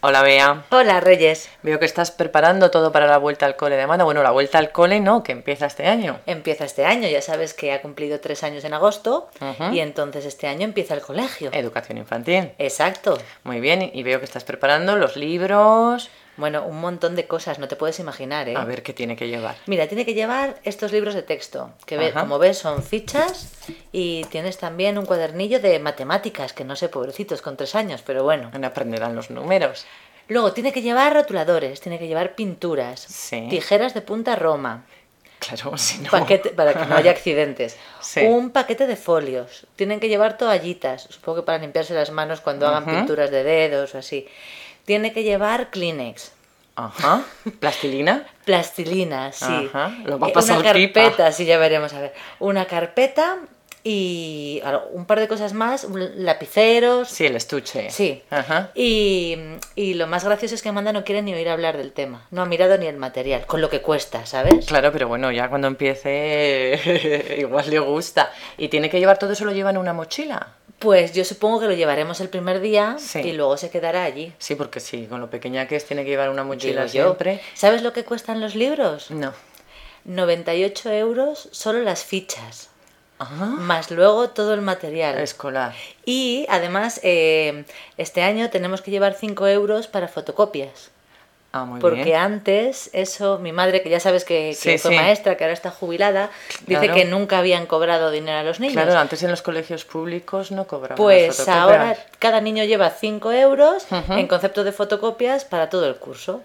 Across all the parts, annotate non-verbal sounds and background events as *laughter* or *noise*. Hola Bea. Hola Reyes. Veo que estás preparando todo para la vuelta al cole de Amanda. Bueno, la vuelta al cole no, que empieza este año. Empieza este año, ya sabes que ha cumplido tres años en agosto Ujú. y entonces este año empieza el colegio. Educación infantil. Exacto. Muy bien, y veo que estás preparando los libros. Bueno, un montón de cosas, no te puedes imaginar, ¿eh? A ver qué tiene que llevar. Mira, tiene que llevar estos libros de texto, que ve- Ajá. como ves son fichas y tienes también un cuadernillo de matemáticas, que no sé, pobrecitos, con tres años, pero bueno. Bueno, aprenderán los números. Luego tiene que llevar rotuladores, tiene que llevar pinturas, Sí. tijeras de punta roma, Claro, *laughs* si no. paquete, para que no haya accidentes, *laughs* Sí. un paquete de folios, tienen que llevar toallitas, supongo que para limpiarse las manos cuando hagan Ujú. pinturas de dedos o así, tiene que llevar Kleenex. Ajá. Plastilina. Plastilina, sí. Ajá, lo va a Eh, pasar Una pipa. carpeta, sí, ya veremos, a ver. Una carpeta y claro, un par de cosas más, un- lapiceros. Sí, el estuche. Sí. Ajá. Y, y lo más gracioso es que Amanda no quiere ni oír hablar del tema. No ha mirado ni el material, con lo que cuesta, ¿sabes? Claro, pero bueno, ya cuando empiece *laughs* igual le gusta. Y tiene que llevar todo eso, lo lleva en una mochila. Pues yo supongo que lo llevaremos el primer día Sí. y luego se quedará allí. Sí, porque sí, con lo pequeña que es, tiene que llevar una mochila digo yo. siempre. ¿Sabes lo que cuestan los libros? No. 98 euros solo las fichas, Ajá. más luego todo el material. Escolar. Y además, eh, este año tenemos que llevar 5 euros para fotocopias. Ah, muy Porque bien. antes, eso, mi madre, que ya sabes que, que Sí, fue sí. maestra, que ahora está jubilada, dice Claro. que nunca habían cobrado dinero a los niños. Claro, antes en los colegios públicos no cobraban. las pues fotocopias. ahora cada niño lleva 5 euros Ujú. en concepto de fotocopias para todo el curso.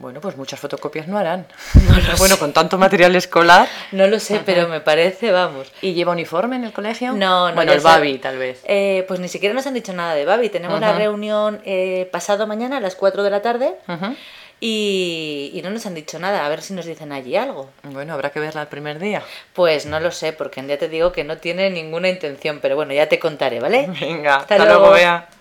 Bueno, pues muchas fotocopias no harán. *laughs* No lo *laughs* bueno, sé. con tanto material escolar. No lo sé, pero me parece, vamos. ¿Y lleva uniforme en el colegio? No, no. Bueno, ya el sab- Babi, tal vez. Eh, pues ni siquiera nos han dicho nada de Babi. Tenemos la Ujú. reunión eh, pasado mañana a las 4 de la tarde Ujú. y, y no nos han dicho nada. A ver si nos dicen allí algo. Bueno, habrá que verla el primer día. Pues no lo sé, porque ya te digo que no tiene ninguna intención, pero bueno, ya te contaré, ¿vale? Venga, Hasta hasta, luego, luego. Bea.